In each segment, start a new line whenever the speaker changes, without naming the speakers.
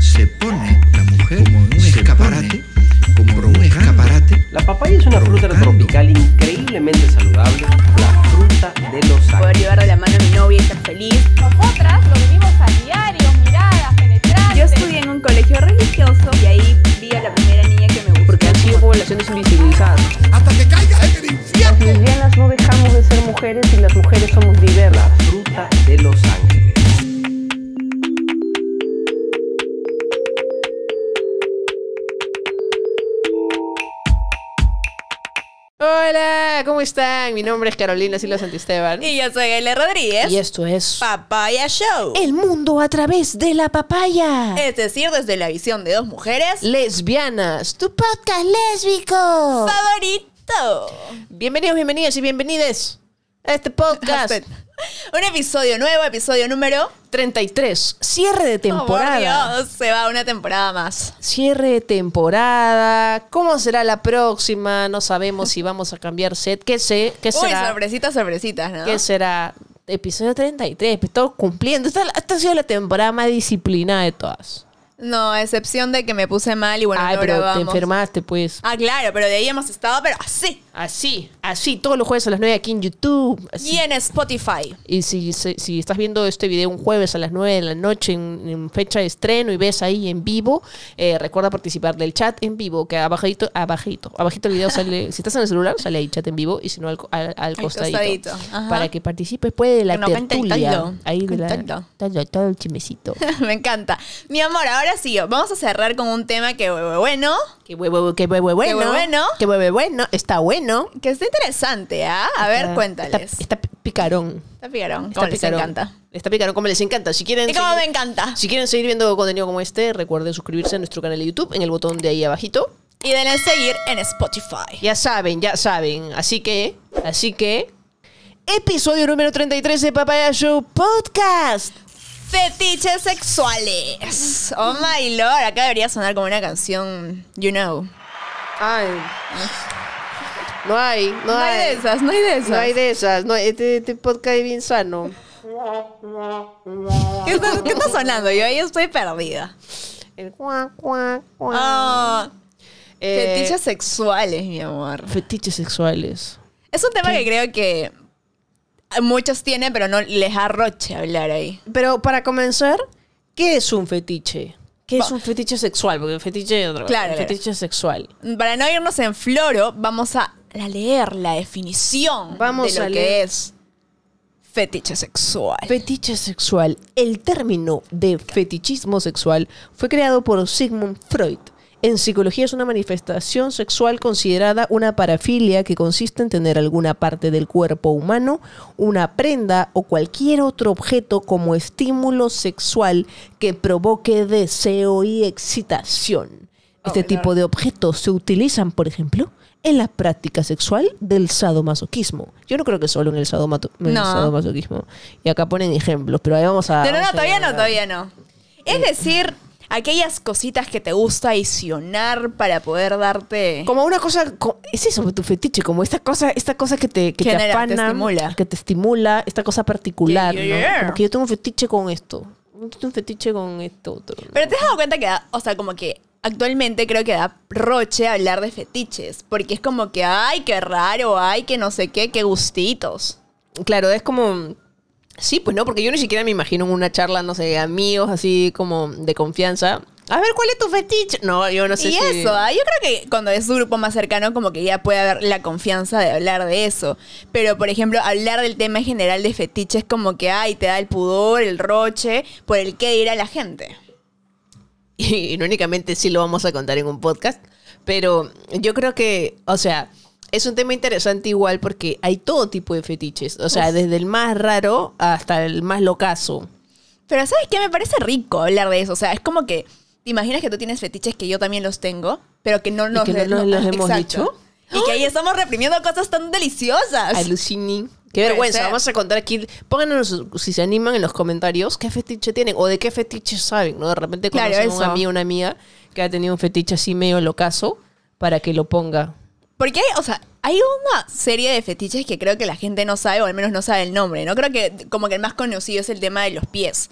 se pone la mujer como un escaparate, como un escaparate.
La papaya es una fruta
Provocando.
tropical increíblemente saludable, la fruta de los
Poder
ángeles.
llevar de la mano a mi novia y ser feliz.
Nosotras lo vivimos a diario, miradas, penetrantes.
Yo estudié en un colegio religioso y ahí vi a la primera niña que me gustó.
porque han sido poblaciones invisibilizadas.
hasta que caiga en el infierno.
Las lesbianas no dejamos de ser mujeres y las mujeres somos diversas.
Fruta de los ángeles.
Hola, ¿cómo están? Mi nombre es Carolina Silva Santisteban.
Y yo soy Gayle Rodríguez.
Y esto es
Papaya Show.
El mundo a través de la papaya.
Es decir, desde la visión de dos mujeres.
Lesbianas, tu podcast lésbico.
Favorito.
Bienvenidos, bienvenidas y bienvenides a este podcast
Un episodio nuevo, episodio número.
33, cierre de
Oh,
temporada.
por Dios, se va una temporada más.
Cierre de temporada. ¿Cómo será la próxima? No sabemos si vamos a cambiar set. ¿Qué sé? ¿Qué
Uy,
será?
sorpresitas, sorpresitas, ¿no?
¿Qué será? Episodio 33, pues, todo cumpliendo. Esta, esta ha sido la temporada más disciplinada de todas.
No, a excepción de que me puse mal y bueno,
Ay,
no
pero te
grabamos.
enfermaste, pues.
Ah, claro, pero de ahí hemos estado, pero así.
Así, así, todos los jueves a las 9 aquí en YouTube. así.
Y en Spotify.
Y si, si, si estás viendo este video un jueves a las 9 de la noche en, en fecha de estreno y ves ahí en vivo, eh, recuerda participar del chat en vivo, que abajito, abajito, abajito el video sale, si estás en el celular, sale ahí chat en vivo y si no al, co- al, al costadito.
costadito, ajá.
Para que participes, puede de la
Que no cante el
tertulia.
taldo,
Ahí de la-
cante el taldo.
taldo, todo el chimecito.
Me encanta. Mi amor, ahora sí, vamos a cerrar con un tema que, bueno,
que hue- hue- que hue- hue- bueno.
hue- bueno.
Que hue- hue- bueno. Está bueno.
que está interesante, ¿ah? A ver,
Está-
cuéntales.
Está, está picarón.
Está picarón,
Está
como les
picarón.
encanta.
Está picarón, como les encanta. Si quieren
Y como
seguir-
me encanta.
Si quieren seguir viendo contenido como este, recuerden suscribirse a nuestro canal de YouTube en el botón de ahí abajito.
Y denle seguir en Spotify.
Ya saben, ya saben. Así que, así que... Episodio número 33 de Papaya Show Podcast.
Fetiches sexuales. Oh my lord, acá debería sonar como una canción, you know.
Ay. No hay,
No
no,
hay de
hay.
esas, no hay de esas.
No hay de esas. No, este, este podcast es bien sano.
¿Qué, está, qué está sonando? Yo ahí estoy perdida.
El cuac, cuac, cuac.
Oh,
Eh,
Fetiches sexuales, mi amor.
fetiches sexuales.
Es un tema que creo que muchos tienen, pero no les arroche hablar ahí.
Pero para comenzar, ¿qué es un fetiche? ¿Qué es
Va-
un fetiche sexual? Porque fetiche es otra cosa.
Claro.
Fetiche sexual.
Para no irnos en floro, vamos a a leer la definición
Vamos
de lo
a
que
leer.
es fetiche sexual.
Fetiche sexual. El término de fetichismo sexual fue creado por Sigmund Freud. En psicología es una manifestación sexual considerada una parafilia que consiste en tener alguna parte del cuerpo humano, una prenda o cualquier otro objeto como estímulo sexual que provoque deseo y excitación. Este tipo de objetos se utilizan, por ejemplo, en la práctica sexual del sadomasoquismo. Yo no creo que solo en el sadomato- en el
No.
sadomasoquismo. Y acá ponen ejemplos, pero ahí vamos a...
no, no, no,
vamos a
todavía no,
llegar.
todavía no. Es
Eh.
decir, aquellas cositas que te gusta adicionar para poder darte...
Como una cosa, co- es eso, tu fetiche, como esta cosa, esta cosa que te, que te
Genera, te
apana,
estimula.
que te estimula, esta cosa particular,
Yeah,
¿no?
yeah, yeah.
Como que yo tengo un fetiche con esto, yo tengo un fetiche con esto otro. ¿no?
Pero te has dado cuenta que da, o sea, como que actualmente creo que da roche hablar de fetiches, porque es como que, ay, qué raro, ay, que no sé qué, qué gustitos.
Claro, es como. Sí, pues no, porque yo ni siquiera me imagino en una charla, no sé, de amigos así como de confianza. A ver, ¿cuál es tu fetiche? No, yo no sé
y
si.
eso, ah, yo creo que cuando es un grupo más cercano, como que ya puede haber la confianza de hablar de eso. Pero, por ejemplo, hablar del tema en general de fetiches, como que, ay, te da el pudor, el roche, por el que ir a la gente.
Y únicamente sí lo vamos a contar en un podcast. Pero yo creo que, o sea, es un tema interesante igual porque hay todo tipo de fetiches. O sea, desde el más raro hasta el más locazo.
Pero, ¿sabes qué? Me parece rico hablar de eso. O sea, es como que, ¿te imaginas que tú tienes fetiches que yo también los tengo, pero que no nos,
que no
de-
nos los hemos dicho?
Y que ahí estamos reprimiendo cosas tan deliciosas.
Alucini. Qué
Puede
vergüenza.
ser.
Vamos a contar aquí. Pónganos si se animan en los comentarios qué fetiche tienen o de qué fetiche saben, ¿no? De repente
Claro,
conocen a
eso.
un amigo una amiga que ha tenido un fetiche así medio locazo para que lo ponga.
Porque hay, o sea, hay una serie de fetiches que creo que la gente no sabe, o al menos no sabe el nombre, ¿no? Creo que como que el más conocido es el tema de los pies.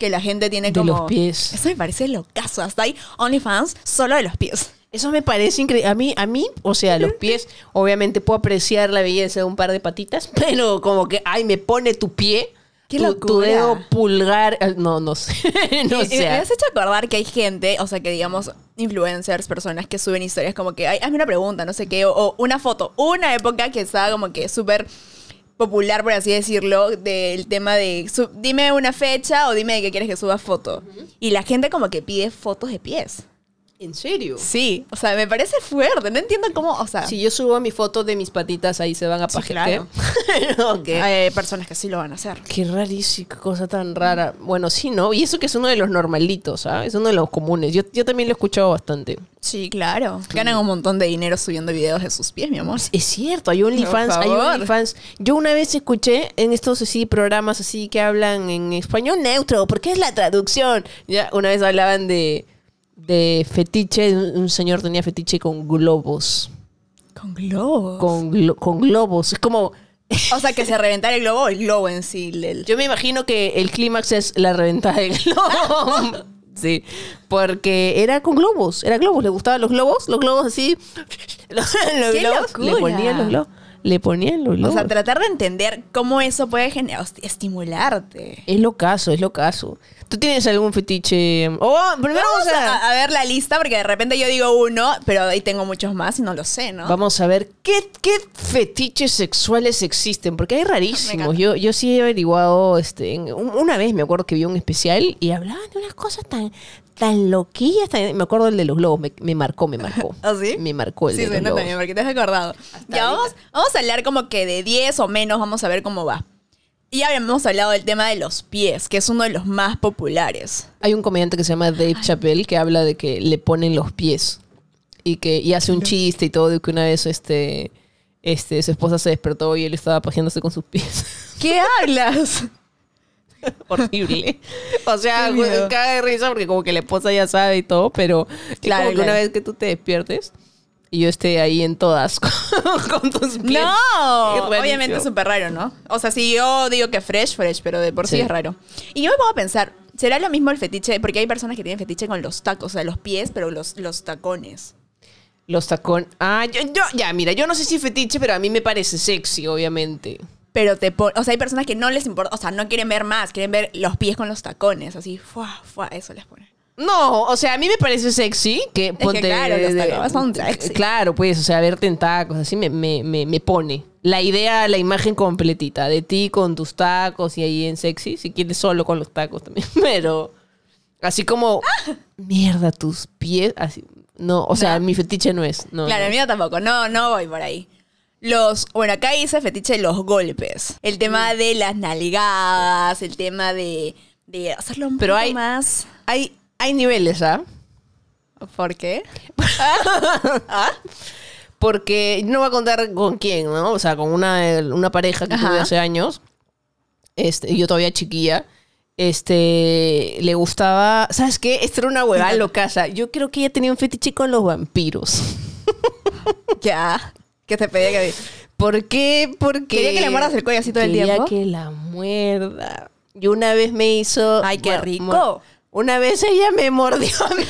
que la gente tiene
De
como...
los pies.
Eso me parece locazo. Hasta hay OnlyFans solo de los pies.
Eso me parece increíble. A mí, a mí, o sea, los pies, obviamente puedo apreciar la belleza de un par de patitas, pero como que, ay, me pone tu pie,
¡Qué
tu, tu
locura!
dedo pulgar. ah, No, no sé. no
Y- y
sé.
me has hecho acordar que hay gente, o sea, que digamos, influencers, personas que suben historias como que, ay, hazme una pregunta, no sé qué, o, o una foto. Una época que estaba como que súper popular, por así decirlo, del tema de, su- dime una fecha o dime de qué quieres que suba foto. Y la gente como que pide fotos de pies.
¿En serio?
Sí, o sea, me parece fuerte, no entiendo cómo, o sea,
Si yo subo mi foto de mis patitas, ahí se van a
Sí,
pajetear. Ok.
hay personas que sí lo van a hacer.
Qué rarísimo, qué cosa tan rara. Bueno, sí, ¿no? Y eso que es uno de los normalitos, ¿sabes? Es uno de los comunes. Yo, yo también lo he escuchado bastante.
Sí, claro. Ganan un montón de dinero subiendo videos de sus pies, mi amor.
Es cierto, hay OnlyFans,
Por
hay
favor.
OnlyFans. Yo una vez escuché en estos así programas así que hablan en español neutro, porque es la traducción. Ya una vez hablaban de, de fetiche, un, un señor tenía fetiche con globos,
Con globos.
con, glo- con globos. Es como,
O sea, que se reventara el globo, el globo en sí. el-
yo me imagino que el clímax es la reventada del globo. Sí, porque era con globos, era globos, le gustaban los globos, los globos así, los, los
¡Qué
globos, le
locura!
ponían los globos, le ponían los globos.
O sea, tratar de entender cómo eso puede generar, hosti- estimularte.
Es lo caso, es lo caso. ¿Tú tienes algún fetiche? Oh, primero
Vamos
vamos a,
a, a ver la lista porque de repente yo digo uno, pero ahí tengo muchos más y no lo sé, ¿no?
vamos a ver qué, qué fetiches sexuales existen, porque hay
Me
rarísimos.
encanta.
Yo, yo sí he averiguado, este, en- un- una vez me acuerdo que vi un especial y hablaban de unas cosas tan, tan loquillas. tan- me acuerdo el de los globos, me, me marcó, me marcó.
¿Ah, sí?
Me marcó el
Sí,
de los
suena
globos.
también porque te has acordado. ya vamos, vamos a hablar como que de 10 o menos, vamos a ver cómo va. Y ya habíamos hablado del tema de los pies, que es uno de los más populares.
Hay un comediante que se llama Dave Chappelle que habla de que le ponen los pies y que y hace un chiste y todo de que una vez este este su esposa se despertó y él estaba pajeándose con sus pies.
¿Qué hablas?
Horrible. O sea,
Qué miedo.
güey, caga de risa porque como que la esposa ya sabe y todo, pero es
Claro,
como que
claro.
una vez que tú te despiertes y yo esté ahí en todas con, con tus pies.
No,
Es rarísimo.
obviamente es súper raro, ¿no? O sea, si yo digo que fresh, fresh, pero de por sí,
Sí.
es raro. Y yo me pongo a pensar, ¿será lo mismo el fetiche? Porque hay personas que tienen fetiche con los tacos, o sea, los pies, pero los, los tacones.
Los tacón. Ah, yo, yo- ya, mira, yo no sé si es fetiche, pero a mí me parece sexy, obviamente.
Pero te pon- o sea, hay personas que no les importa, o sea, no quieren ver más, quieren ver los pies con los tacones, así, fuá, fuá, eso les pone.
No, o sea, a mí me parece sexy que ponte.
claro, los
de-
tacos son sexy.
Claro, pues, o sea, verte en tacos, así me, me, me, me pone. La idea, la imagen completita de ti con tus tacos y ahí en sexy, si quieres solo con los tacos también, pero así como, mierda, tus pies, así, no, o sea,
No.
mi fetiche no es, no.
Claro,
no.
el mío tampoco, no, no voy por ahí. Los, bueno, acá dice fetiche los golpes, el tema de las nalgadas, el tema de, de hacerlo un
Pero
poco
hay-
más.
Hay, hay niveles, ¿ah?
¿Por qué?
Porque no va a contar con quién, ¿no? O sea, con una, una pareja que
Ajá.
tuve hace años. Este, yo todavía chiquilla. Este, le gustaba. ¿Sabes qué? Esta era una huevada locaza. Yo creo que ella tenía un fetiche con los vampiros.
Ya. Que te pedía que.
¿Por qué? Porque.
Quería que le muerdas el cuello así todo el
Quería
tiempo.
que la muerda. Y una vez me hizo.
Ay, qué
mor-
rico.
mor- Una vez ella me mordió a mí.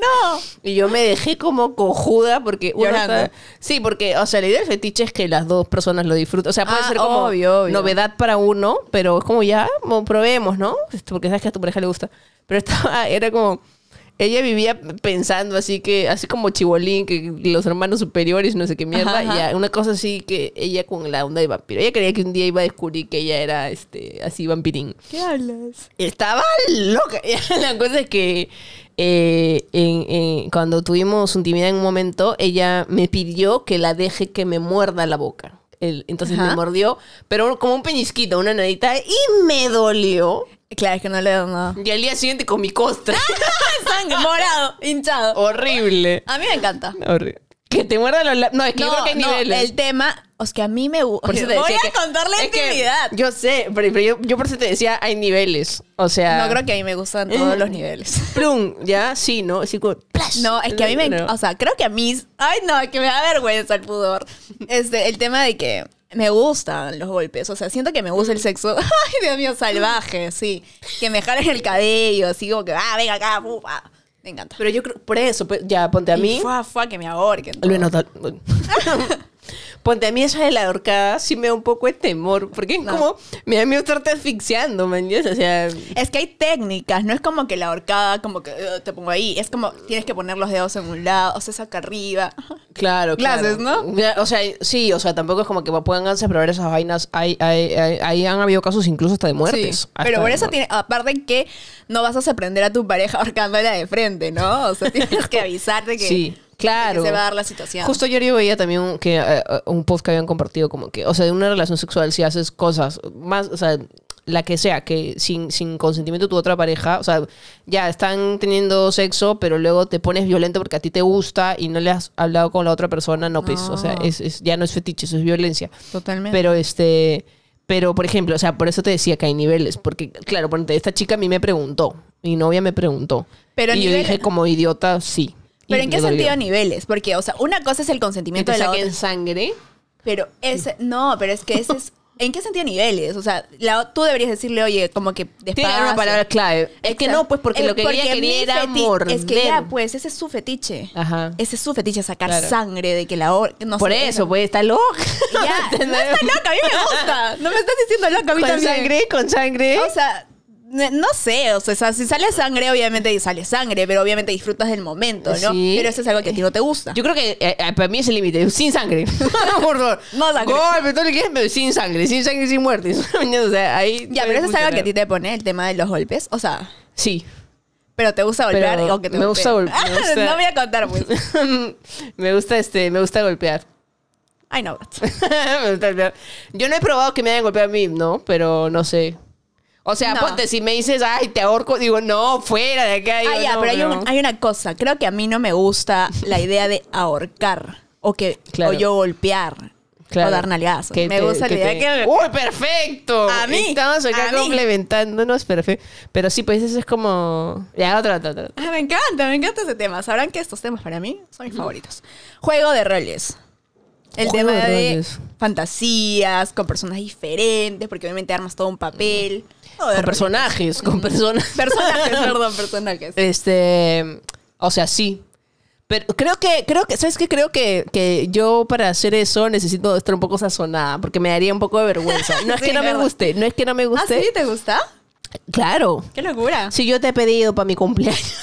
¡No!
Y yo me dejé como cojuda porque una
Llorando.
está- Sí, porque, o sea, la idea del fetiche es que las dos personas lo disfruten. O sea, puede
Ah,
ser como
obvio, obvio.
novedad para uno, pero es como ya, como probemos, ¿no? Esto Porque sabes que a tu pareja le gusta. Pero estaba, era como. Ella vivía pensando así que, así como Chibolín, que los hermanos superiores, no sé qué mierda,
Ajá, ajá.
y a- una cosa así que ella con la onda de vampiro. Ella creía que un día iba a descubrir que ella era este así vampirín.
¿Qué hablas?
Estaba loca. La cosa es que eh, en- en- cuando tuvimos intimidad en un momento, ella me pidió que la deje que me muerda la boca. El- entonces
Ajá.
me mordió, pero como un peñisquito, una nadita, y me dolió.
Claro, es que no le doy nada.
Y al día siguiente con mi costra.
Sangre, morado, hinchado.
Horrible.
A mí me encanta.
Horrible. Que te muerda los labios. No, es que yo creo que hay niveles.
el tema. O sea, que a mí me gusta.
Por eso te
Voy
decía
a
que-
contar la
es que
intimidad.
Yo sé, pero, pero yo, yo por eso te decía, hay niveles. O sea.
No creo que a mí me gustan todos los niveles.
Plum, ya, sí, ¿no? Así como, plash.
No, es que a mí me...
No.
O sea, creo que a mí... Ay, no, es que me da vergüenza el pudor. Este, el tema de que... Me gustan los golpes, o sea, siento que me gusta el sexo. Ay, Dios mío, salvaje, sí. Que me jalen el cabello, así como que, ah, venga acá, pupa. Me encanta.
Pero yo creo, por eso, pues, ya, ponte a mí.
Y fue, fue que me ahorquen.
Lo he notado. Ponte a mí esa de la horcada sí me da un poco de temor, porque es
No.
como me da miedo estarte asfixiando, man. ¿ya? O sea,
Es que hay técnicas, no es como que la horcada, como que "Ugh, te pongo ahí. Es como tienes que poner los dedos en un lado, o sea, saca arriba.
claro,
Clases,
claro.
¿no?
Ya, O sea, sí, o sea, tampoco es como que puedan probar esas vainas. Ahí hay, hay- hay- han habido casos incluso hasta de muertes.
Sí,
Hasta
pero por
de
eso tiene,
muertes.
aparte que no vas a sorprender a tu pareja ahorcándola de frente, ¿no? O sea, tienes que avisarte que,
Sí, claro.
que se va a dar la situación.
Justo ayer yo veía también un- que eh, eh, un post que habían compartido como que, o sea, de una relación sexual si haces cosas más, o sea, la que sea, que sin, sin consentimiento de tu otra pareja, o sea, ya están teniendo sexo, pero luego te pones violento porque a ti te gusta y no le has hablado con la otra persona, no, pues, o sea,
No.
es, es- ya no es fetiche, eso es violencia.
Totalmente.
Pero este, pero por ejemplo, o sea, por eso te decía que hay niveles, porque claro, ponte, esta chica a mí me preguntó, mi novia me preguntó.
Pero
y yo
nivel-
dije como idiota, sí. Y
Pero en
me
qué
dolió.
sentido niveles, porque, o sea, una cosa es el
Que
consentimiento
te
de la
saquen
otra.
sangre.
Pero ese, no, pero es que ese es. ¿En qué sentido niveles? O sea, la- tú deberías decirle, oye, como que despacio.
Tiene que haber una palabra clave. Es que
Exacto.
no, pues porque
Eh,
lo que ella
porque mi
quería era
feti-
morder.
Es que ya, pues, ese es su fetiche.
Ajá.
Ese es su fetiche, sacar
Claro.
sangre de que la hor- no
Por
sé,
eso, pues está loca.
Ya, no
¿Entendés?
está loca, a mí me gusta. No me estás diciendo loca, a mí
Con
también.
sangre, con sangre.
O sea, ne- no sé, o sea, si sale sangre, obviamente sale sangre, pero obviamente disfrutas del momento, ¿no?
Sí.
Pero eso es algo que a ti no te gusta.
Yo creo que eh, eh, para mí es el límite. Sin sangre. Por favor.
No sangre.
Golpe, todo lo que quieras, pero sin sangre. Sin sangre, sin muerte. o sea, ahí.
ya, pero eso es algo que a ti te pone el tema de los golpes, o sea,
Sí.
pero te gusta golpear
Pero
o que te
me gusta
golpeen?
golpe- me gusta-
no voy a contar pues.
me gusta este, me gusta golpear.
Ay, no.
Me gusta golpear. Yo no he probado que me hayan golpeado a mí, ¿no? Pero no sé. O sea,
No.
ponte, si me dices, ay, te ahorco, digo, no, fuera de acá.
Ah,
Digo,
ya,
no,
pero hay,
no.
un- hay una cosa. Creo que a mí no me gusta la idea de ahorcar o que
Claro.
o yo golpear
Claro.
o dar nalgadas.
Que
Me
te-
gusta la idea
te- ¡Uh!
que.
¡Uy, perfecto!
A mí,
Estamos acá
a mí.
complementándonos, perfecto. Pero sí, pues eso es como... Ya, otra, otra, otra.
Ah, me encanta, me encanta ese tema. Sabrán que estos temas para mí son mis favoritos. Juego de roles. El
Juego
tema
de
de,
roles.
fantasías, con personas diferentes, porque obviamente armas todo un papel. Juego de
Con
roles.
personajes, con personas.
Personajes, perdón, personajes.
Este, o sea, sí. Pero creo que, creo que, ¿sabes qué? Creo que, que yo para hacer eso necesito estar un poco sazonada, porque me daría un poco de vergüenza. No es
Sí,
que no me
verdad.
guste, no es que no me
¿Ah,
guste.
sí? ¿Te gusta?
Claro.
¡Qué locura!
Si yo te he pedido para mi cumpleaños.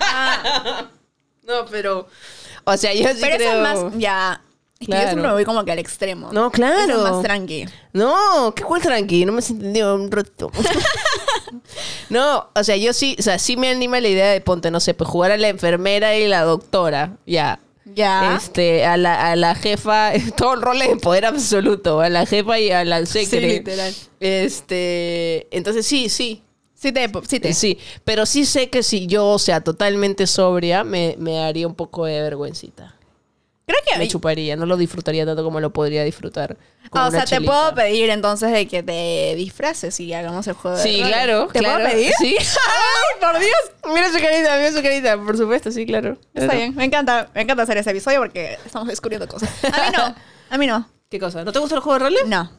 Ah, no, pero. O sea, yo sí
Pero
creo.
eso es más, ya. Es que yo
Claro.
siempre me voy como que al extremo.
No, claro.
Eso es más tranqui.
No, qué cual tranqui, no me has entendido un rato. no, o sea, yo sí, o sea, sí me anima la idea de ponte, no sé, pues jugar a la enfermera y la doctora, ya.
Ya.
Este, a la, a la jefa, todo el rol de poder absoluto, a la jefa y a la secre.
literal.
Este, entonces sí, sí,
Sí te, sí te.
sí, pero sí sé que si yo, o sea, totalmente sobria, me, me haría un poco de vergüencita.
Creo que...
Me chuparía, no lo disfrutaría tanto como lo podría disfrutar. con
Ah, o
una
sea, te
chelita.
puedo pedir entonces de que te disfraces y hagamos el juego de
Sí,
roles.
claro.
¿Te
claro.
puedo pedir?
Sí. ¡Ay, por Dios! Mira su carita, mira su carita. Por supuesto, sí, claro.
Está bien, me encanta, me encanta hacer ese episodio porque estamos descubriendo cosas. A mí no, a mí no,
¿Qué cosa? ¿No te gusta el juego de roles?
no.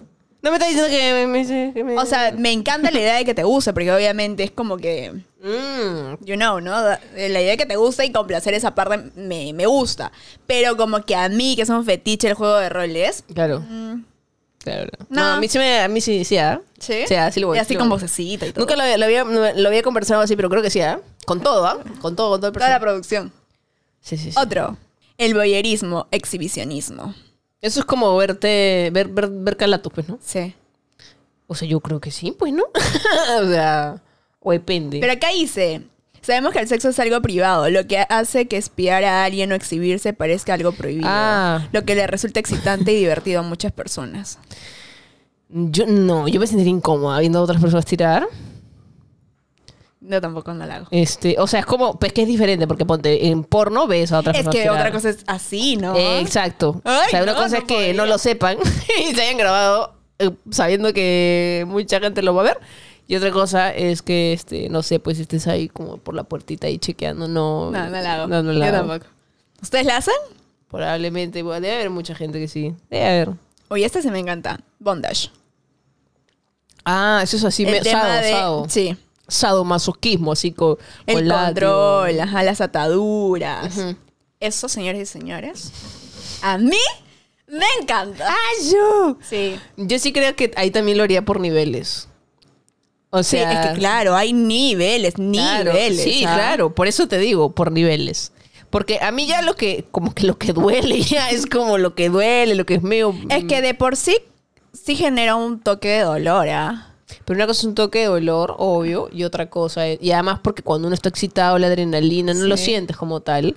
No me estás diciendo que me... me- que me-
O sea, me encanta la idea de que te guste porque obviamente es como que,
Mm.
you know, ¿no? eh, La idea de que te guste y complacer esa parte me, me gusta. Pero como que a mí, que es un fetiche el juego de roles,
Claro. Claro. No.
Mm. No.
a mí sí me... A mí sí, sí, ¿ah?
¿sí?
Sí, ah, sí lo voy.
Y así
sí lo
con
voy.
vocecita y todo.
Nunca lo, había- lo había, lo había conversado así, pero creo que sí, ¿ah? Con todo, ¿ah? Con todo, con todo
Toda la
el personaje.
producción.
Sí, sí, sí.
Otro, el boyerismo, exhibicionismo.
Eso es como verte... Ver, ver, ver calatos, pues, ¿no?
Sí.
O sea, yo creo que sí, pues, ¿no? o sea... O depende.
Pero acá dice, sabemos que el sexo es algo privado, lo que hace que espiar a alguien o exhibirse parezca algo prohibido,
Ah.
lo que le resulta excitante y divertido a muchas personas.
Yo no, yo me sentiría incómoda viendo a otras personas tirar.
Yo tampoco no la hago.
Este, o sea, es como, pues que es diferente, porque ponte, en porno ves a otras
Es
personas
que
tirar.
otra cosa es así, ¿no?
Eh, exacto.
Ay,
o sea, una
no,
cosa
no
es que no
podría.
lo sepan y se hayan grabado eh, sabiendo que mucha gente lo va a ver. Y otra cosa es que, este, no sé, pues estés ahí como por la puertita ahí chequeando, no.
No, no la hago.
No, no la
Yo
hago.
tampoco. ¿Ustedes la hacen?
Probablemente, bueno, debe haber mucha gente que sí. Debe haber.
Oye, esta se me encanta. Bondage.
Ah, eso es así,
El
me-
tema
sado,
de-
sado.
sí.
Sadomasoquismo, así con,
El
con látigo.
control, ajá, las ataduras. Eso, señores y señoras, a mí me encanta.
¡Ay, yo!
Sí.
Yo sí creo que ahí también lo haría por niveles. O
Sí,
sea,
es que claro, hay niveles,
claro,
niveles.
Sí,
¿ah?
claro, por eso te digo, por niveles. Porque a mí ya lo que, como que lo que duele ya es como lo que duele, lo que es medio...
Es que de por sí, sí genera un toque de dolor, ¿ah?
Pero una cosa es un toque de dolor, obvio, y otra cosa es... Y además porque cuando uno está excitado, la adrenalina, no lo
Sí.
sientes como tal.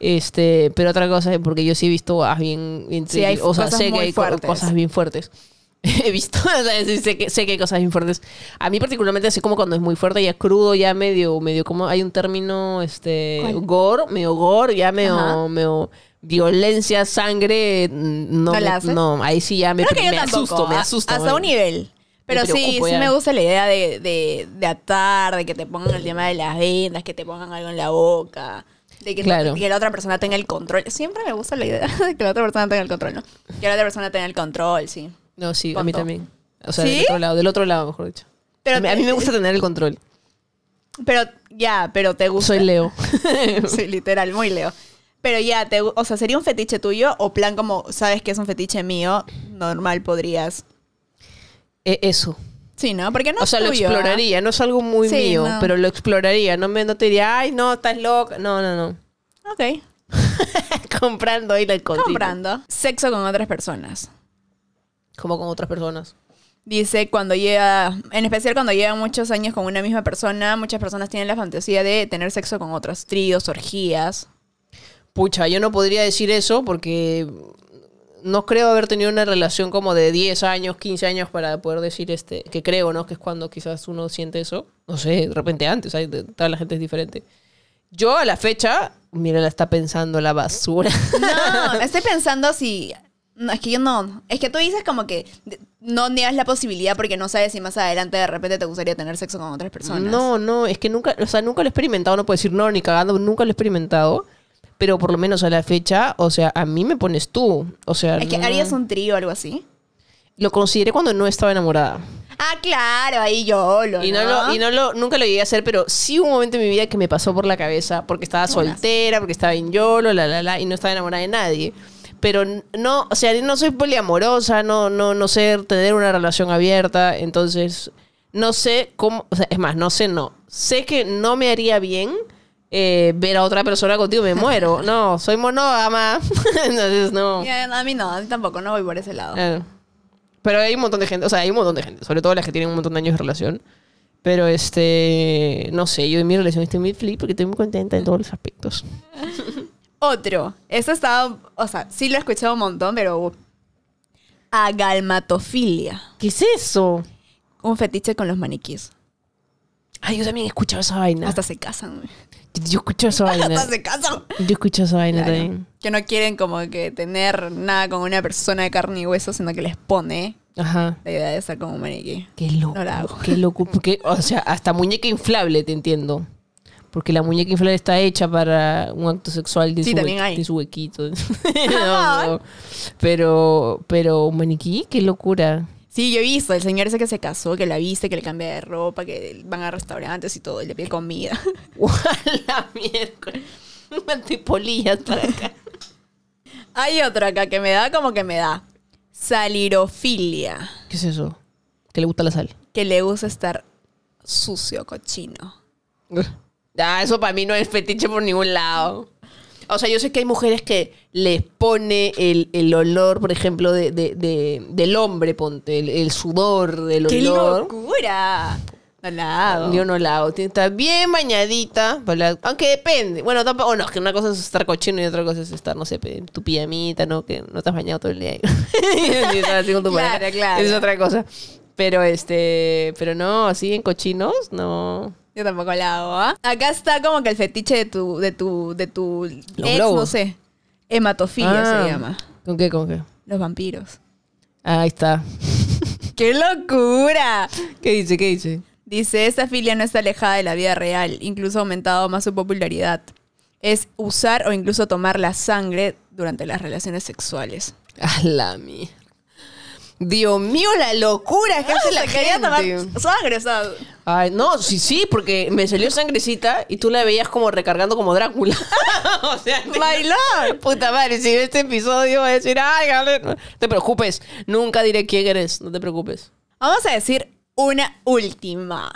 Este, pero otra cosa es porque yo sí he visto ah, bien, bien-
Sí, hay
o sea,
cosas
sé que
muy
hay co-
fuertes.
cosas bien fuertes. He visto, o sea, sí, sé, que, sé que hay cosas bien fuertes. A mí particularmente así como cuando es muy fuerte, ya crudo, ya medio, medio como hay un término, este, gore, medio gore, ya medio,
Ajá.
medio violencia, sangre, mm, no,
¿No la
me-
haces?
no, ahí sí ya me,
Creo que yo
me
tampoco,
asusto, me
a-
asusto.
Hasta
bueno.
un nivel. Pero sí,
preocupo
sí
ya.
me gusta la idea de, de- de atar, de que te pongan el tema de las vendas, que te pongan algo en la boca, de que,
Claro.
que la otra persona tenga el control. Siempre me gusta la idea de que la otra persona tenga el control, ¿no? Que la otra persona tenga el control, sí.
No, sí, a
Con
mí
todo.
también. O sea, del
¿Sí?
otro lado, del otro lado, mejor dicho.
Pero
a, mí, a
te-
mí me gusta tener el control.
Pero ya, pero te gusta.
Soy Leo.
sí, literal, muy Leo. Pero ya, te, gu- o sea, ¿sería un fetiche tuyo o plan como, sabes que es un fetiche mío, normal podrías?
E- Eso.
Sí, ¿no? Porque no
o
es
sea, lo
tuyo, ¿ah?
exploraría. No es algo muy
Sí,
mío,
no.
pero lo exploraría. No, me, no te diría, ay, no, estás loca. No, no, no.
Ok.
Comprando ahí la cosita.
Comprando. Sexo con otras personas.
Como con otras personas.
Dice cuando llega, en especial cuando lleva muchos años con una misma persona, muchas personas tienen la fantasía de tener sexo con otros, tríos, orgías.
Pucha, yo no podría decir eso porque no creo haber tenido una relación como de 10 años, 15 años para poder decir este, que creo, ¿no? Que es cuando quizás uno siente eso. No sé, de repente antes, hay- de- toda la gente es diferente. Yo a la fecha, mira, la está pensando la basura.
No, estoy pensando si. No, es que yo no. Es que tú dices como que de- no niegas la posibilidad porque no sabes si más adelante de repente te gustaría tener sexo con otras personas.
No, no, es que nunca, o sea, nunca lo he experimentado, no puedo decir no, ni cagando, nunca lo he experimentado. Pero por lo menos a la fecha, o sea, a mí me pones tú. O sea,
Es que
no-
harías un trío o algo así.
lo consideré cuando no estaba enamorada.
Ah, claro, ahí yo lo.
Y no, lo, y no lo, nunca lo llegué a hacer, pero sí hubo un momento en mi vida que me pasó por la cabeza porque estaba soltera, porque estaba en YOLO, la, la, la, y no estaba enamorada de nadie. Pero n- no, o sea, no soy poliamorosa, no, no, no sé tener una relación abierta, entonces no sé cómo, o sea, es más, no sé, no. Sé que no me haría bien eh, ver a otra persona contigo, me muero. No, soy monógama, entonces no.
Ya, A mí no, a mí tampoco, no voy por ese lado.
Claro. Eh, Pero hay un montón de gente, o sea, hay un montón de gente, sobre todo las que tienen un montón de años de relación. Pero este, no sé, yo en mi relación estoy muy feliz porque estoy muy contenta en todos los aspectos.
Otro. Esto estaba, o sea, sí lo he escuchado un montón, pero uh, agalmatofilia,
¿Qué es eso?
un fetiche con los maniquíes.
Ay, yo también he escuchado esa vaina.
Hasta se casan. güey.
yo escucho esa vaina.
Hasta se casan.
Yo escucho esa vaina
Claro.
también.
Que no quieren como que tener nada con una persona de carne y hueso, sino que les pone
Ajá.
la idea de estar como un maniquí.
Qué loco.
No la hago.
Qué loco. Porque, o sea, hasta muñeca inflable te entiendo. Porque la muñeca inflable está hecha para un acto sexual. Tiene
Sí,
su
también
hue-
hay.
tiene su huequito. No, no. Pero, pero, un maniquí, qué locura.
Sí, yo he visto, el señor ese que se casó, que la viste, que le cambia de ropa, que van a restaurantes y todo, y le pide comida.
la miércoles. Antipolillas para acá.
Hay otro acá que me da como que me da. Salirofilia.
¿Qué es eso? Que le gusta la sal.
que le gusta estar sucio, cochino.
Ah, eso para mí no es fetiche por ningún lado. O sea, yo sé que hay mujeres que les pone el, el olor, por ejemplo, de, de- de- del hombre, ponte, el, el sudor del
¡Qué
olor.
locura! No la hago.
Yo no la hago. Tiene que estar bien bañadita. para la- Aunque depende. Bueno, tampoco. oh, No, es que una cosa es estar cochino y otra cosa es estar, no sé, pe- en tu pijamita, ¿no? Que no te has bañado todo el día. Y estás así con tu
Claro,
pareja.
claro.
Es otra cosa. Pero este. Pero no, así en cochinos, no.
Yo tampoco la hago, ¿ah? Acá está como que el fetiche de tu, de tu, de tu ex,
globos.
no sé. Hematofilia
Ah,
se llama.
¿Con qué? ¿Con qué?
Los vampiros.
Ah, Ahí está.
¡Qué locura!
¿Qué dice? ¿Qué dice?
Dice, esta filia no está alejada de la vida real, incluso ha aumentado más su popularidad. Es usar o incluso tomar la sangre durante las relaciones sexuales.
A la mierda. Dios mío, la locura que hace Ah, la
quería tomar
gente.
sangre, o sea,
Ay, no, sí, sí, porque me salió sangrecita y tú la veías como recargando como Drácula. o sea, te-
Bailar.
Puta madre, si ves este episodio va a decir, ay, Gabriel, no te preocupes, nunca diré quién eres, no te preocupes.
Vamos a decir una última.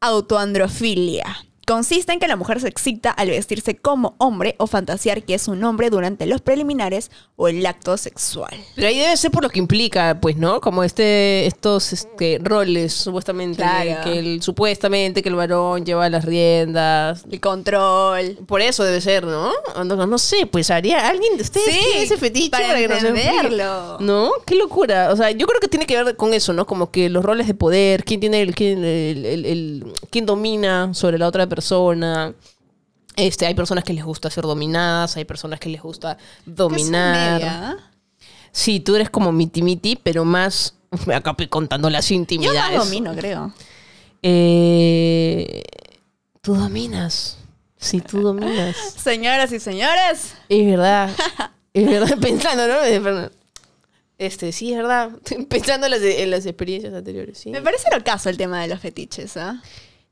Autoandrofilia. Consiste en que la mujer se excita al vestirse como hombre o fantasear que es un hombre durante los preliminares o el acto sexual.
Pero ahí debe ser por lo que implica, pues, ¿no? Como este, estos este, roles, supuestamente,
Claro.
que el, supuestamente que el varón lleva las riendas.
El control.
Por eso debe ser, ¿no? No, no sé, pues haría alguien de ustedes
Sí,
tiene ese fetiche
para
que nos explique?
entenderlo.
¿No? Qué locura. O sea, yo creo que tiene que ver con eso, ¿no? Como que los roles de poder, quién tiene el, quién, el- el- el- quién domina sobre la otra persona. Este, hay personas que les gusta ser dominadas, hay personas que les gusta dominar. Sí, tú eres como miti miti, pero más. Me acabé contando las
Yo
intimidades.
no domino, creo.
Eh, tú dominas. Sí, tú dominas.
Señoras y señores,
Es verdad. Es verdad. Pensando, ¿no? Es verdad. Este, sí, es verdad. Pensando en las, en las experiencias anteriores, sí.
me parece lo caso el tema de los fetiches, ¿ah?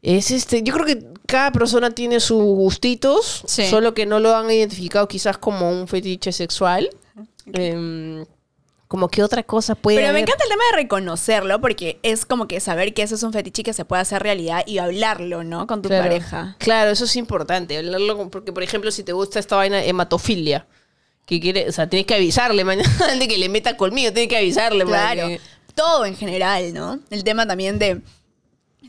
Es este, yo creo que cada persona tiene sus gustitos,
Sí.
solo que no lo han identificado quizás como un fetiche sexual. Em, como que otra cosa puede
Pero me
haber.
encanta el tema de reconocerlo porque es como que saber que eso es un fetiche que se puede hacer realidad y hablarlo, ¿no? Con tu
Claro.
pareja.
Claro, eso es importante. Hablarlo con- porque, por ejemplo, si te gusta esta vaina hematofilia, que quiere, o sea, tienes que avisarle mañana de que le meta conmigo, tienes que avisarle, man,
Claro.
que-
Todo en general, ¿no? El tema también de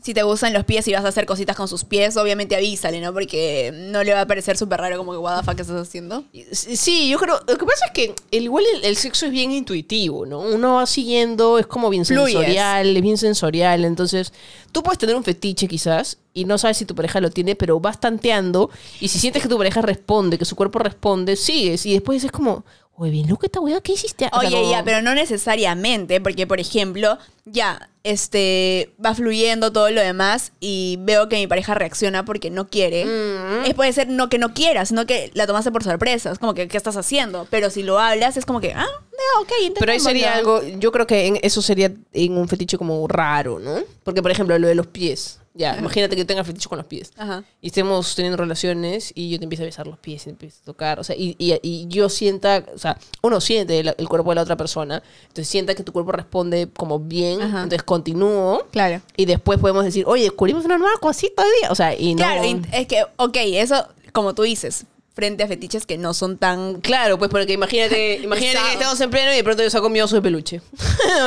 si te gustan los pies y vas a hacer cositas con sus pies, obviamente avísale, ¿no? Porque no le va a parecer súper raro como que, what the fuck, ¿qué estás haciendo?
Sí, yo creo. Lo que pasa es que el, igual el, el sexo es bien intuitivo, ¿no? Uno va siguiendo, es como bien
Fluyes.
sensorial, es bien sensorial. Entonces, tú puedes tener un fetiche quizás y no sabes si tu pareja lo tiene, pero vas tanteando y si sientes que tu pareja responde, que su cuerpo responde, sigues y después es como, oye, bien loca esta weá, ¿qué hiciste? O sea,
Oye,
como-
ya, pero no necesariamente, porque por ejemplo, ya, este, va fluyendo todo lo demás y veo que mi pareja reacciona porque no quiere.
Mm.
Es, puede ser no que no quiera, sino que la tomaste por sorpresa. Es como que, ¿qué estás haciendo? Pero si lo hablas, es como que, ah, ya, ok,
Pero ahí
intentémoslo.
sería algo, yo creo que en- eso sería en un fetiche como raro, ¿no? Porque, por ejemplo, lo de los pies. Ya, imagínate que yo tenga fetiche con los pies.
Ajá.
Y estemos teniendo relaciones y yo te empiezo a besar los pies y te empiezo a tocar. O sea, y, y- y yo sienta, o sea, uno siente el, el cuerpo de la otra persona. Entonces sienta que tu cuerpo responde como bien.
Ajá.
Entonces continúo.
Claro.
Y después podemos decir, oye, descubrimos una nueva cosita hoy día. O sea, y no...
Claro, in- es que, ok, eso, como tú dices, frente a fetiches que no son tan...
Claro, pues porque imagínate, imagínate que
Pesado.
estamos en pleno y de pronto yo saco mi oso de peluche.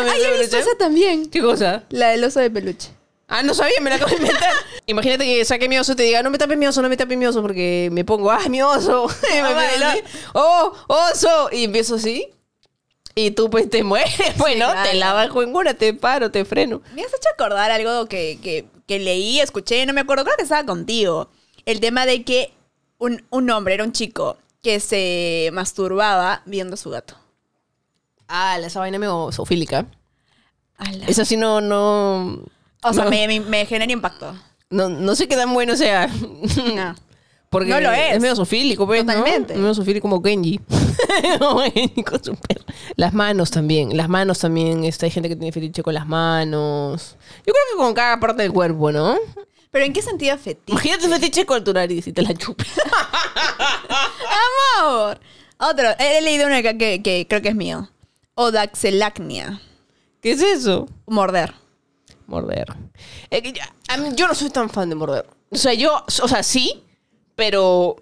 Mi oso de peluche.
también.
¿Qué cosa?
La del oso de peluche.
Ah, no sabía, me la acabo de inventar. Imagínate que saque mi oso y te diga, no me tapes mi oso, no me tapes mi oso, porque me pongo, ah, mi oso. Y me
Ah,
empiezo
baila.
así, oh, oso. Y empiezo así. Y tú pues te mueres, pues, ¿no?
claro.
Te la bajo en una, te paro, te freno.
Me has hecho acordar algo que, que- que leí, escuché, no me acuerdo, creo que estaba contigo. El tema de que un, un hombre, era un chico, que se masturbaba viendo a su gato.
Ah, la- esa vaina me zoofílica.
Ala.
Esa sí no, no...
o sea,
no,
me, me- me genera impacto.
No, no sé qué tan bueno sea.
No.
Porque
No lo es.
medio zoofílico, pues, ¿no?
Totalmente.
Es medio zoofílico como Kenji. Como Kenji con su perro. Las manos también. Las manos también. este, hay gente que tiene fetiche con las manos. Yo creo que con cada parte del cuerpo, ¿no?
Pero ¿en qué sentido fetiche?
Imagínate un fetiche con tu nariz y te la chupes.
¡Amor! Otro, he he leído uno acá que, que creo que es mío. Odaxelacnia.
¿Qué es eso?
Morder.
Morder. Eh, que ya- a mí- yo no soy tan fan de morder. O sea, yo, o sea, sí, pero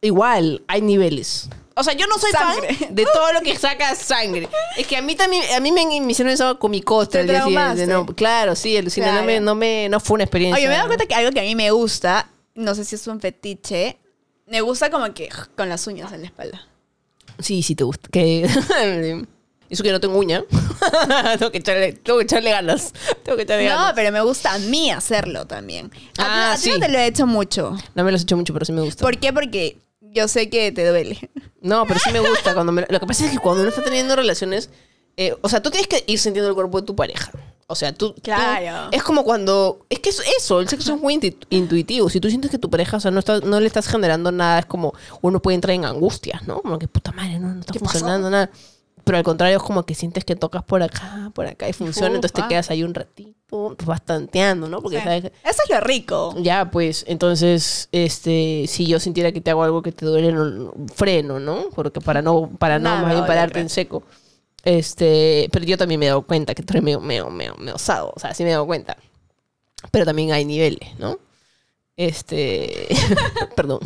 igual hay niveles. O sea, yo no soy
Sangre.
fan de todo lo que saca sangre. Es que a mí también, a mí me, me hicieron eso con mi
Te
costa. el día
traumaste.
siguiente, no, claro, sí, alucina, no,
Claro.
me, no me- no fue una experiencia.
Oye, me he dado cuenta que algo que a mí me gusta, no sé si es un fetiche, me gusta como que con las uñas en la espalda.
Sí, sí te gusta. Que... Eso que no tengo uña. tengo, que echarle, tengo que echarle ganas. Tengo que echarle
No,
ganas.
pero me gusta a mí hacerlo también. A, ti-
Ah,
a ti
sí.
no te lo he hecho mucho.
No me los echo mucho, pero sí me gusta.
¿Por qué? Porque yo sé que te duele.
No, pero sí me gusta cuando me... Lo que pasa es que cuando uno está teniendo relaciones... eh, o sea, tú tienes que ir sintiendo el cuerpo de tu pareja. O sea, tú... tú-
Claro.
es como cuando... Es que es eso, el sexo es muy intu- intuitivo. Si tú sientes que tu pareja, o sea, no, está, no le estás generando nada, es como uno puede entrar en angustias, ¿no? Como que puta madre, no, no está funcionando nada. Pero al contrario, es como que sientes que tocas por acá, por acá y funciona, entonces te
Ufa.
quedas ahí un ratito, pues vas tanteando, ¿no? Porque
Sí.
sabes que-
Eso es lo rico.
Ya, pues, entonces, este, si yo sintiera que te hago algo que te duele, no- no- freno, ¿no? Porque para no, para no
Nada,
más bien
oye,
pararte
creo.
en seco. Este, pero yo también me he dado cuenta que tú eres medio, medio, medio, medio osado, o sea, sí me he dado cuenta. Pero también hay niveles, ¿no? Este, perdón.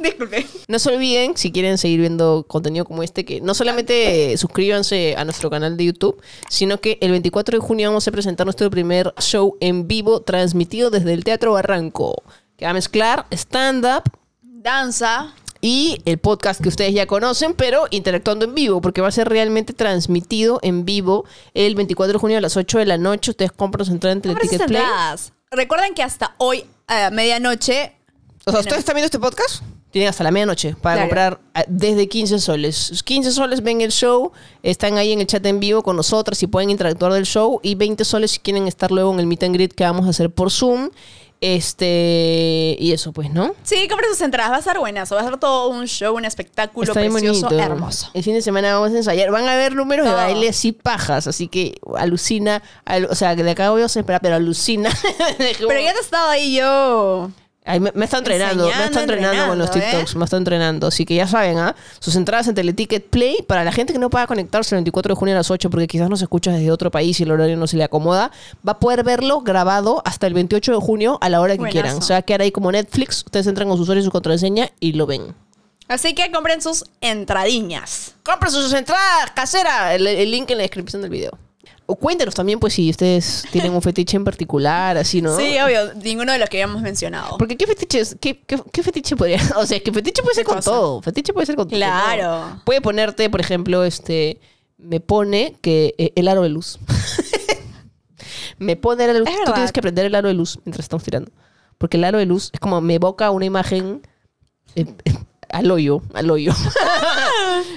Disculpe.
No se olviden, si quieren seguir viendo contenido como este, que no solamente eh, suscríbanse a nuestro canal de YouTube, sino que el 24 de junio vamos a presentar nuestro primer show en vivo transmitido desde el Teatro Barranco, que va a mezclar stand-up
Danza.
y el podcast que ustedes ya conocen, pero interactuando en vivo, porque va a ser realmente transmitido en vivo el 24 de junio a las 8 de la noche. Ustedes compran su entrada en
Compren sus
Ticket Play.
entradas. Recuerden que hasta hoy, a medianoche,
O sea, ¿ustedes están viendo este podcast? Tienen hasta la medianoche para
Claro.
comprar ah, desde 15 soles. Sus 15 soles ven el show, están ahí en el chat en vivo con nosotras y pueden interactuar del show. Y 20 soles si quieren estar luego en el meet and greet que vamos a hacer por Zoom. Este. Y eso, pues, ¿no?
sí, compren sus entradas. Va a ser buenazo. Va a ser todo un show, un espectáculo
Está bien
precioso,
bonito.
hermoso.
El fin de semana vamos a ensayar. Van a haber números de
Todo.
baile así pajas, así que alucina. al- o sea, que de acá voy a esperar, pero alucina.
Pero ya te he estado ahí yo.
Ay, me, me está entrenando, me está
Enseñando,
entrenando con los
entrenando, ¿eh?
TikToks, me está entrenando. Así que ya saben, ¿ah? Sus entradas en Teleticket Play para la gente que no pueda conectarse el 24 de junio a las 8 porque quizás nos escucha desde otro país y el horario no se le acomoda, va a poder verlo grabado hasta el 28 de junio a la hora que
Buenazo.
quieran. O sea, quedar ahí como Netflix, ustedes entran con su usuario y su contraseña y lo ven.
Así que compren sus entradiñas.
¡Compren sus entradas casera! El, el link en la descripción del video. O cuéntenos también, pues, si ustedes tienen un fetiche en particular, así, ¿no?
Sí, obvio. Ninguno de los que habíamos mencionado.
Porque qué fetiches, qué, qué- qué fetiche podría, o sea, que fetiche puede ser
¿Qué
con
cosa?
todo, fetiche puede ser con todo.
Claro.
Puede ponerte, por ejemplo, este, me pone que eh, el aro de luz. me pone el aro de luz.
Es
Tú
verdad.
tienes que aprender el aro de luz mientras estamos tirando, porque el aro de luz es como me evoca una imagen eh, eh, al hoyo, al hoyo.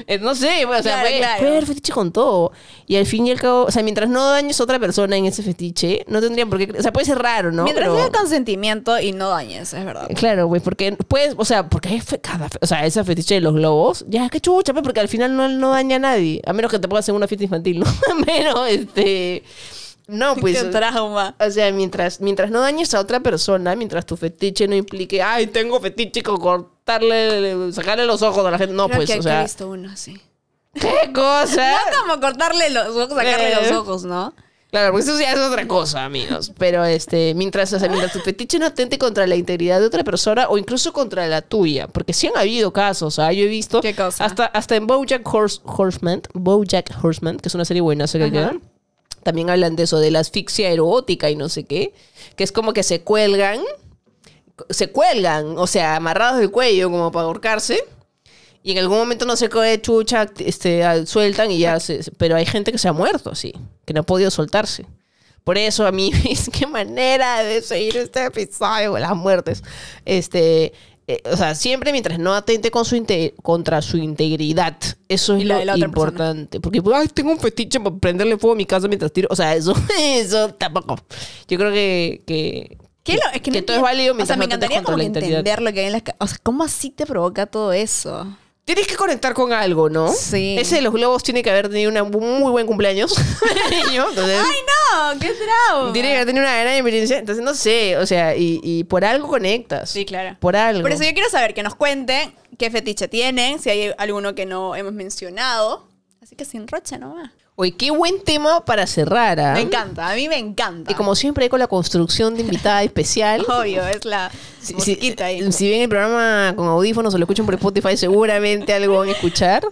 Eh, no sé, o sea,
Claro,
puede,
claro.
puede haber fetiche con todo. Y al fin y al cabo, o sea, mientras no dañes a otra persona en ese fetiche, no tendrían por qué, o sea, puede ser raro, ¿no?
Mientras
Pero-
tenga consentimiento y no dañes, es verdad.
Claro, güey, porque puedes, o sea, porque hay fe- cada, fe- o sea, esa fetiche de los globos, ya, qué chucha, pe, porque al final no, no daña a nadie, a menos que te pongas en una fiesta infantil, ¿no? Menos, este, no, pues,
Qué trauma.
o sea, mientras, mientras no dañes a otra persona, mientras tu fetiche no implique, ay, tengo fetiche con cortarle, sacarle los ojos a la gente, no,
Creo
pues,
que
o
aquí he
sea,
visto uno así.
qué cosa.
No como cortarle los ojos, sacarle
Eh.
los ojos, ¿no?
Claro, porque eso ya es otra cosa, amigos. Pero este, mientras, o sea, mientras tu fetiche no atente contra la integridad de otra persona o incluso contra la tuya, porque sí han habido casos, sea, Yo he visto
¿Qué cosa?
hasta hasta en BoJack Horse, Horseman, BoJack Horseman, que es una serie buena, sé que queda, También hablan de eso de la asfixia erótica y no sé qué, que es como que se cuelgan se cuelgan, o sea, amarrados del cuello como para ahorcarse. Y en algún momento no sé qué chucha, este, ah, sueltan y ya se- se- Pero hay gente que se ha muerto así, que no ha podido soltarse. Por eso a mí, es qué manera de seguir este episodio con las muertes. Este, eh, o sea, siempre mientras no atente con su inte- contra su integridad. Eso es
Y la de la
lo
otra
importante. Porque, ay, tengo un fetiche para prenderle fuego a mi casa mientras tiro. O sea, eso, eso tampoco. Yo creo que- que,
¿Qué lo- es que,
Que
no
todo es
entiendo.
válido
O sea, me
mientras no atentes
encantaría
contra
como
la
que
integridad.
entender lo que hay en las... ca- O sea, ¿cómo así te provoca todo eso?
Tienes que conectar con algo, ¿no?
Sí.
Ese de los globos tiene que haber tenido una- un muy buen cumpleaños. Niño, entonces,
¡Ay, no! ¡Qué trauma!
tiene que haber tenido una gran experiencia. Entonces, no sé, o sea, y, y por algo conectas.
Sí, claro.
Por algo.
Por eso yo quiero saber que nos cuenten qué fetiche tienen, si hay alguno que no hemos mencionado. Así que sin rocha nomás.
Oye, qué buen tema para cerrar. ¿ah?
Me encanta, a mí me encanta.
Y como siempre, con la construcción de invitada especial.
Obvio, es la
Si, si,
musiquita ahí.
eh, si ven el programa con audífonos o lo escuchan por Spotify, seguramente algo van a escuchar.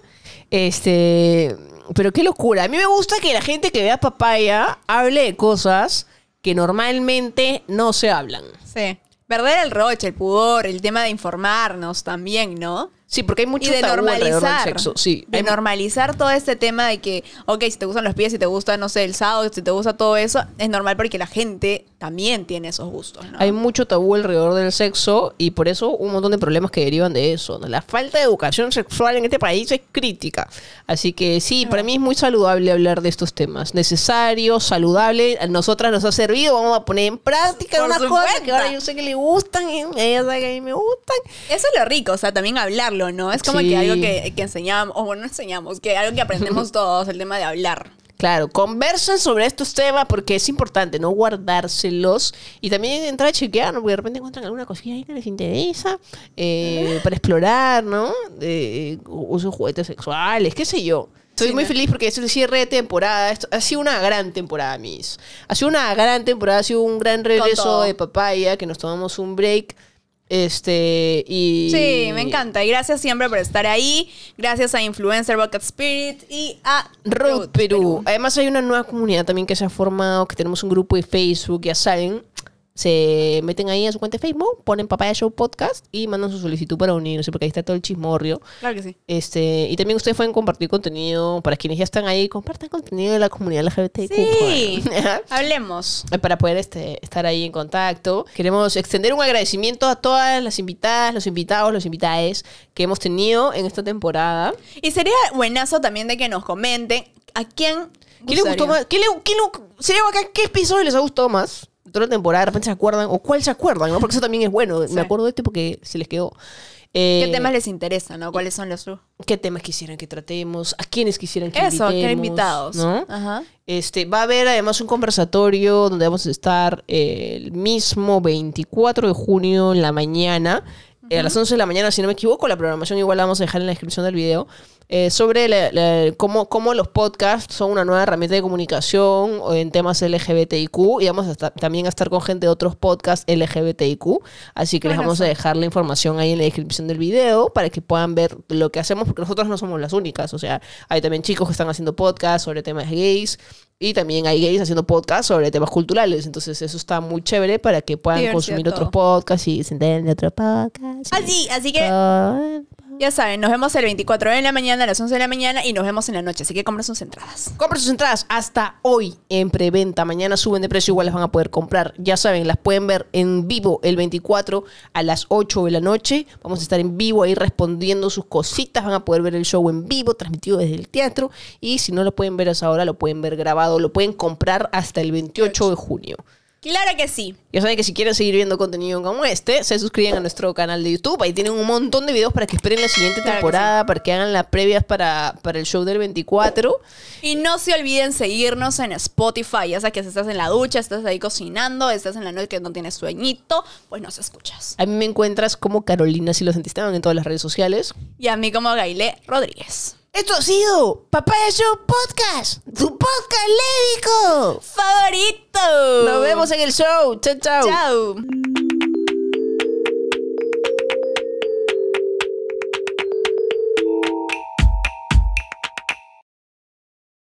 Este, pero qué locura. A mí me gusta que la gente que vea papaya hable de cosas que normalmente no se hablan.
Sí. Perder el roche, el pudor, el tema de informarnos también, ¿no?
Sí, porque hay mucho
y de
tabú alrededor del
normalizar.
sexo. Sí,
de
hay-
normalizar todo este tema de que, ok, si te gustan los pies, si te gusta, no sé, el sábado, si te gusta todo eso, es normal porque la gente también tiene esos gustos, ¿no?
Hay mucho tabú alrededor del sexo y por eso un montón de problemas que derivan de eso. ¿no? La falta de educación sexual en este país es crítica. Así que sí, para mí es muy saludable hablar de estos temas. Necesario, saludable. A nosotras nos ha servido. Vamos a poner en práctica
Por
unas
supuesto.
cosas ¿eh? que ahora yo sé que le gustan y ella sabe que a mí me gustan.
Eso es lo rico, o sea, también hablarlo, hablarlo, ¿no? Es como
Sí.
que algo que, que enseñamos, o bueno, no enseñamos, que algo que aprendemos todos, el tema de hablar.
Claro, conversen sobre estos temas porque es importante no guardárselos y también entrar a chequear, ¿no? porque de repente encuentran alguna cosilla ahí que les interesa eh, para explorar, ¿no? Eh, uso juguetes sexuales, qué sé yo. Estoy
Sí,
muy
¿no?
feliz porque es el cierre de temporada. Esto- ha sido una gran temporada, mis. Ha sido una gran temporada, ha sido un gran regreso
todo.
de papaya, que nos tomamos un break. Este, y.
Sí, me encanta. Y gracias siempre por estar ahí. Gracias a Influencer Bucket Spirit y a
Road
Ruth
Perú. Además hay una nueva comunidad también que se ha formado, que tenemos un grupo de Facebook, ya saben. Se meten ahí a su cuenta de Facebook, ponen Papaya Show Podcast y mandan su solicitud para unirse, porque ahí está todo el chismorrio.
Claro que sí.
Este, y también ustedes pueden compartir contenido, para quienes ya están ahí, compartan contenido de la comunidad LGBTQ.
Sí. Hablemos.
para poder este, estar ahí en contacto. Queremos extender un agradecimiento a todas las invitadas, los invitados, los invitades que hemos tenido en esta temporada.
Y sería buenazo también de que nos comenten a quién.
¿Qué les gustó
gustaría.
más? ¿Qué, le, qué, le- sería bacán, ¿Qué episodio les ha gustado más? De toda la temporada, de repente se acuerdan, o cuál se acuerdan, ¿no? Porque eso también es bueno.
Sí.
Me acuerdo de este porque se les quedó. Eh,
¿Qué temas les interesan, no? ¿Cuáles son los sus?
¿Qué temas quisieran que tratemos? ¿A quiénes quisieran que
Eso, que
invitemos?
invitados.
¿No?
Ajá.
Este, va a haber además un conversatorio donde vamos a estar eh, el mismo 24 de junio en la mañana, eh, a las 11 de la mañana, si no me equivoco, la programación igual la vamos a dejar en la descripción del video, eh, sobre la- la- cómo, cómo los podcasts son una nueva herramienta de comunicación o en temas LGBTIQ y vamos a estar- también a estar con gente de otros podcasts LGBTIQ, así que les
Buenazo.
vamos a dejar la información ahí en la descripción del video para que puedan ver lo que hacemos, porque nosotros no somos las únicas. O sea, hay también chicos que están haciendo podcasts sobre temas gays y también hay gays haciendo podcasts sobre temas culturales. Entonces, eso está muy chévere para que puedan
Diversidad
consumir
todo.
otros podcasts y se enteren de otros podcasts.
Así, así que
Ah.
ya saben, nos vemos el 24 de la mañana, a las 11 de la mañana y nos vemos en la noche. Así que compren sus entradas.
Compren sus entradas hasta hoy en preventa. Mañana suben de precio, igual las van a poder comprar. Ya saben, las pueden ver en vivo el 24 a las 8 de la noche. Vamos a estar en vivo ahí respondiendo sus cositas. Van a poder ver el show en vivo, transmitido desde el teatro. Y si no lo pueden ver a esa hora, lo pueden ver grabado. Lo pueden comprar hasta el 28 de junio.
Claro que sí.
Ya saben que si quieren seguir viendo contenido como este, se suscriben a nuestro canal de YouTube. Ahí tienen un montón de videos para que esperen la siguiente
Claro que
temporada, para que hagan las previas para, para el show del 24.
Y no se olviden seguirnos en Spotify. Ya sea que si estás en la ducha, estás ahí cocinando, estás en la noche que no tienes sueñito, pues nos escuchas.
A mí me encuentras como Carolina si los en todas las redes sociales.
Y a mí como Gailé Rodríguez.
Esto ha sido Papaya Show Podcast, tu podcast lédico.
¡Favorito!
Nos vemos en el show. Chao, chao.
Chao.